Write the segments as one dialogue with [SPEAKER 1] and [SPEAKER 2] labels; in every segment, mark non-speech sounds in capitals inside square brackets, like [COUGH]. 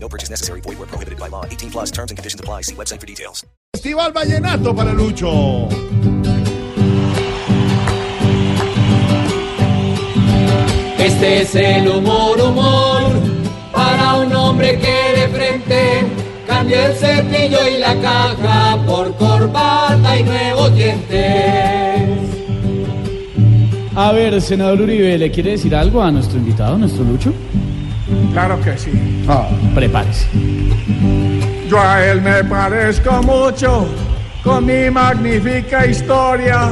[SPEAKER 1] No purchase necessary. Void where prohibited by law. 18 plus terms and conditions apply. See website for details.
[SPEAKER 2] Festival Vallenato para Lucho.
[SPEAKER 3] Este es el humor, humor, para un hombre que de frente cambia el cepillo y la caja por corbata y nuevos dientes.
[SPEAKER 4] A ver, senador Uribe, ¿le quiere decir algo a nuestro invitado, nuestro Lucho?
[SPEAKER 2] Claro que sí. Ah.
[SPEAKER 4] Prepárese.
[SPEAKER 2] Yo a él me parezco mucho con mi magnífica historia,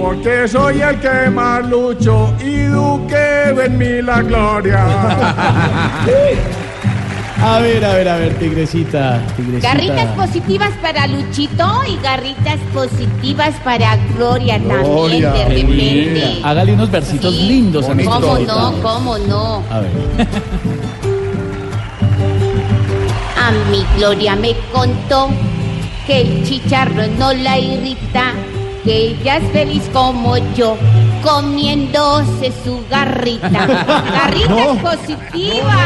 [SPEAKER 2] porque soy el que más lucho y duque en mí la gloria.
[SPEAKER 4] A ver, a ver, a ver, tigrecita, tigrecita.
[SPEAKER 5] Garritas positivas para Luchito y garritas positivas para Gloria,
[SPEAKER 2] Gloria,
[SPEAKER 5] también
[SPEAKER 2] muy
[SPEAKER 5] de
[SPEAKER 2] bien.
[SPEAKER 5] repente.
[SPEAKER 4] Hágale unos versitos
[SPEAKER 5] Sí.
[SPEAKER 4] lindos a nuestro
[SPEAKER 5] ¿Cómo
[SPEAKER 4] invitado.
[SPEAKER 5] no? ¿Cómo no?
[SPEAKER 4] A ver.
[SPEAKER 5] A mi Gloria me contó que el chicharro no la irrita, que ella es feliz como yo, comiéndose su
[SPEAKER 2] [LAUGHS]
[SPEAKER 5] garrita. Garritas positivas.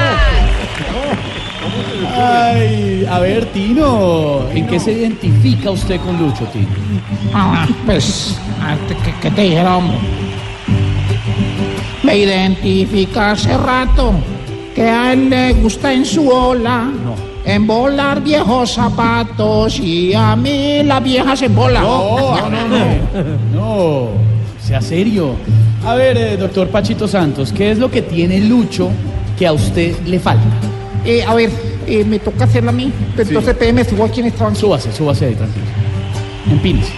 [SPEAKER 4] Ay, a ver, Tino, ¿en qué se identifica usted con Lucho, Tino?
[SPEAKER 6] Ah, pues, antes que, que te dijera, hombre. Me identifica hace rato que a él le gusta en su ola en volar viejos zapatos y a mí las viejas en bola.
[SPEAKER 4] no, no. No, sea serio. A ver, eh, doctor Pachito Santos, ¿qué es lo que tiene Lucho que a usted le falta?
[SPEAKER 6] Eh, a ver, eh, me toca hacerla a mí. Pero Entonces, PM, subo aquí en esta banca.
[SPEAKER 4] Súbase, súbase ahí, tranquilo. Empínese.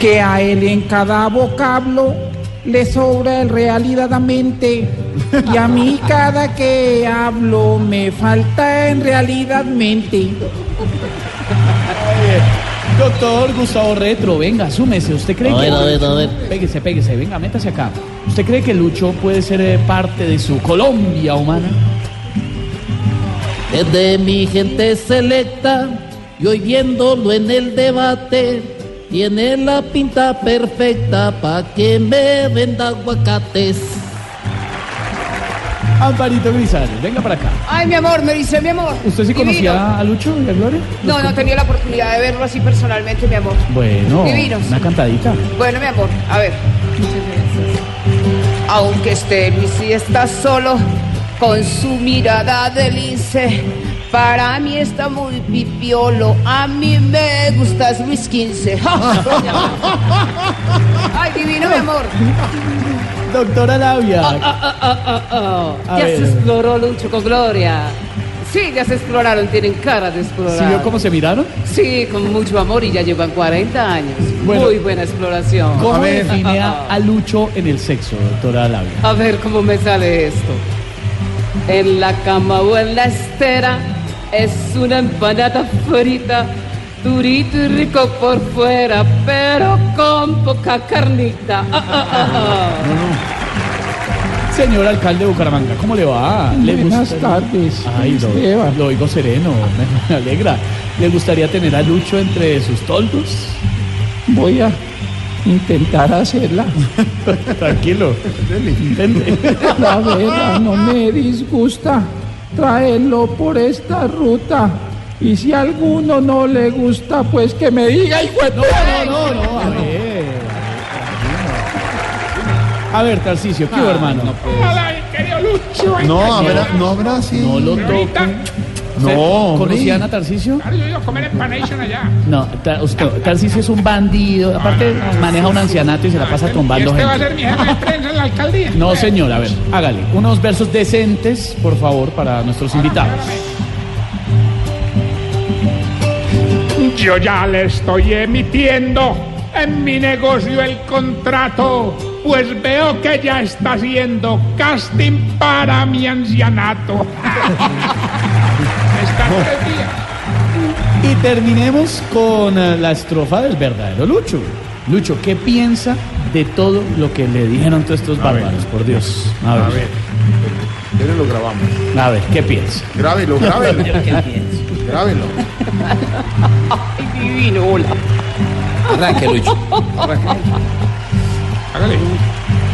[SPEAKER 6] que a él en cada vocablo le sobra el realidad a mente y a mí cada que hablo me falta en realidad mente.
[SPEAKER 4] Doctor Gustavo Retro, venga, súmese. ¿Usted cree
[SPEAKER 7] A
[SPEAKER 4] que.?
[SPEAKER 7] ver, a ver, a ver.
[SPEAKER 4] Péguese, péguese, venga, métase acá. ¿Usted cree que Lucho puede ser eh, parte de su Colombia humana?
[SPEAKER 7] Es de mi gente selecta y hoy viéndolo en el debate, tiene la pinta perfecta pa' que me venda aguacates.
[SPEAKER 4] Amparito Grisales, venga para acá.
[SPEAKER 8] Ay, mi amor, me dice mi amor.
[SPEAKER 4] ¿Usted sí
[SPEAKER 8] Divino.
[SPEAKER 4] conocía a Lucho y a Gloria?
[SPEAKER 8] No, no he tenido la oportunidad de verlo así personalmente, mi amor.
[SPEAKER 4] Bueno,
[SPEAKER 8] Divinos.
[SPEAKER 4] una cantadita.
[SPEAKER 8] Bueno, mi amor, a ver. Aunque esté Luis y está solo, con su mirada de lince, para mí está muy pipiolo. A mí me gustas Luis 15. [LAUGHS] Ay, divino, mi amor.
[SPEAKER 4] Doctora
[SPEAKER 8] Ah,
[SPEAKER 9] Ah,
[SPEAKER 4] Labia, A
[SPEAKER 9] Ya
[SPEAKER 4] ver.
[SPEAKER 9] se exploró Lucho con Gloria.
[SPEAKER 8] Sí, ya se exploraron, tienen cara de explorar.
[SPEAKER 4] ¿sí vio cómo se miraron?
[SPEAKER 9] Sí, con mucho amor y ya llevan 40 años.
[SPEAKER 4] Bueno.
[SPEAKER 9] Muy buena exploración.
[SPEAKER 4] ¿Cómo
[SPEAKER 2] ver.
[SPEAKER 4] define a, a Lucho en el sexo, doctora Labia?
[SPEAKER 9] A ver cómo me sale esto. En la cama o en la estera es una empanada frita, durito y rico por fuera, pero con poca carnita. Ah, ah, ah, ah.
[SPEAKER 4] Señor alcalde de Bucaramanga, ¿cómo le va? ¿Le
[SPEAKER 6] Buenas
[SPEAKER 4] gusta-
[SPEAKER 6] tardes,
[SPEAKER 4] Ay, lo,
[SPEAKER 6] Esteban.
[SPEAKER 4] lo oigo sereno, [LAUGHS] me- me alegra. ¿Le gustaría tener a Lucho entre sus toldos?
[SPEAKER 6] Voy a intentar hacerla.
[SPEAKER 4] [LAUGHS] Tranquilo. Intente.
[SPEAKER 6] La verdad no me disgusta traerlo por esta ruta. Y si a alguno no le gusta, pues que me diga, hijo de puta".
[SPEAKER 4] No, no, a ver. A ver, Tarcicio, ¿qué hubo, hermano?
[SPEAKER 2] [LAUGHS] No, habrá, no habrá así.
[SPEAKER 4] No lo toco.
[SPEAKER 2] No, hombre.
[SPEAKER 4] ¿Conocían a Tarcicio?
[SPEAKER 3] Yo iba a comer empanation allá.
[SPEAKER 4] No, Tar- usted- Tarcicio es un bandido. Aparte, maneja un ancianato y se la pasa
[SPEAKER 3] Y
[SPEAKER 4] tumbando
[SPEAKER 3] este va a
[SPEAKER 4] gente.
[SPEAKER 3] ser mi jefe de prensa en la alcaldía.
[SPEAKER 4] No, señor, a ver, hágale. Unos versos decentes, por favor, para nuestros invitados.
[SPEAKER 3] Yo ya le estoy emitiendo en mi negocio el contrato, pues veo que ya está haciendo casting para
[SPEAKER 10] [LAUGHS]
[SPEAKER 3] mi ancianato. Está tres días.
[SPEAKER 4] Y Terminemos con eh, la estrofa del verdadero Lucho. Lucho, ¿qué piensa de todo lo que le dijeron todos estos
[SPEAKER 2] A ver.
[SPEAKER 4] bárbaros? Por Dios. A
[SPEAKER 2] A
[SPEAKER 4] ver.
[SPEAKER 2] ver. Pero lo grabamos.
[SPEAKER 4] A ver, ¿qué piensa?
[SPEAKER 2] Grábelo, grábelo. Grábelo.
[SPEAKER 9] Divino, hola.
[SPEAKER 1] Arranque, Lucho.
[SPEAKER 2] Hágale.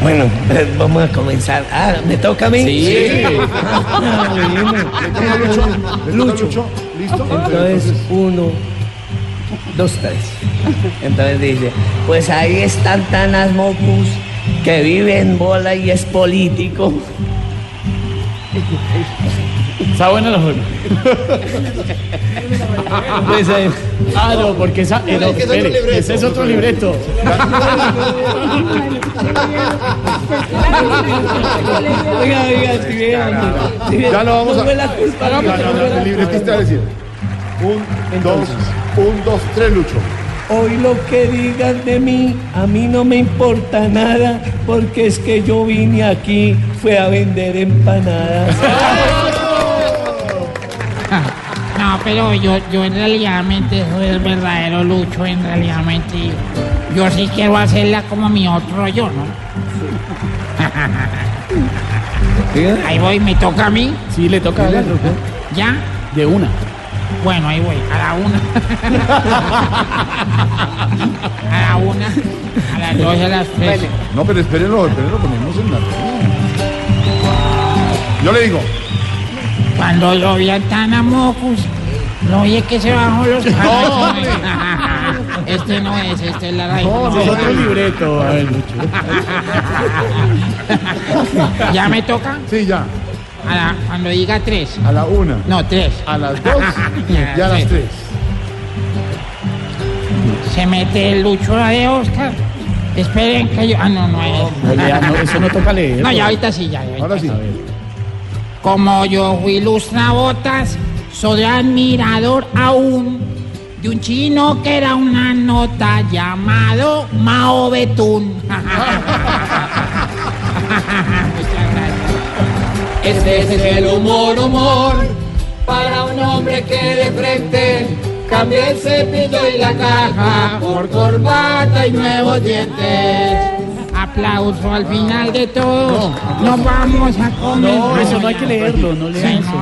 [SPEAKER 1] Bueno, pues, vamos a comenzar. Ah, ¿me toca a mí?
[SPEAKER 2] Sí.
[SPEAKER 1] Ah, bueno.
[SPEAKER 2] Lucho.
[SPEAKER 1] Lucho.
[SPEAKER 2] ¿Listo?
[SPEAKER 1] Entonces, uno, dos, tres. Entonces dice, pues ahí están tanas mocus que vive en bola y es político.
[SPEAKER 4] Está buena la forma. Pues, eh, ah, no, porque esa. eh, no,
[SPEAKER 2] Es que es otro
[SPEAKER 4] espere,
[SPEAKER 2] libreto.
[SPEAKER 4] ese es otro libreto.
[SPEAKER 1] Oiga, oiga, estoy bien.
[SPEAKER 2] Ya lo vamos a-
[SPEAKER 1] No fue la culpa,
[SPEAKER 2] Ya,
[SPEAKER 1] no
[SPEAKER 2] ya,
[SPEAKER 1] fue la
[SPEAKER 2] ya, el libro
[SPEAKER 1] culpa.
[SPEAKER 2] que está diciendo. Un, dos, un, dos, tres, Lucho.
[SPEAKER 1] Hoy lo que digan de mí, a mí no me importa nada, porque es que yo vine aquí, fue a vender empanadas.
[SPEAKER 10] No, pero yo, yo en realidad soy el verdadero Lucho, en realidad yo, yo sí quiero hacerla como mi otro yo, ¿no? Ahí voy, me toca a mí,
[SPEAKER 4] Sí, le toca a él.
[SPEAKER 10] ya.
[SPEAKER 4] De una.
[SPEAKER 10] Bueno, ahí voy, a la una. a la una, a las dos, a las tres.
[SPEAKER 2] No, pero espérenlo, espérenlo, ponemos en la. Yo le digo,
[SPEAKER 10] Cuando lo vi a Tana Mocus, lo oye que se bajó los carros.
[SPEAKER 2] hombre.
[SPEAKER 10] [LAUGHS] este no es, este es la raíz.
[SPEAKER 4] ese es otro libreto. A ver, Lucho.
[SPEAKER 10] ¿Ya me toca?
[SPEAKER 2] sí, ya.
[SPEAKER 10] A la- cuando diga tres.
[SPEAKER 2] A la una,
[SPEAKER 10] No, tres.
[SPEAKER 2] a las
[SPEAKER 4] [LAUGHS]
[SPEAKER 2] dos y a las tres.
[SPEAKER 10] Se mete el Lucho de Oscar. Esperen que yo. Ah, no, no
[SPEAKER 4] No, ya, ah, no,
[SPEAKER 10] es.
[SPEAKER 4] eso no toca leer.
[SPEAKER 10] No, ya ahorita sí, ya. ya.
[SPEAKER 2] Ahora sí.
[SPEAKER 4] A ver.
[SPEAKER 10] Como yo fui lustrabotas, soy admirador aún de un chino que era una nota llamado Mao Betún. [LAUGHS]
[SPEAKER 11] Este es el humor, humor, para un hombre que de frente cambia el cepillo y la caja por corbata y nuevos dientes.
[SPEAKER 10] Aplauso al final de todos. Nos vamos a comer.
[SPEAKER 4] No, eso no hay que leerlo, no
[SPEAKER 10] Sí,
[SPEAKER 4] lean eso.
[SPEAKER 10] no.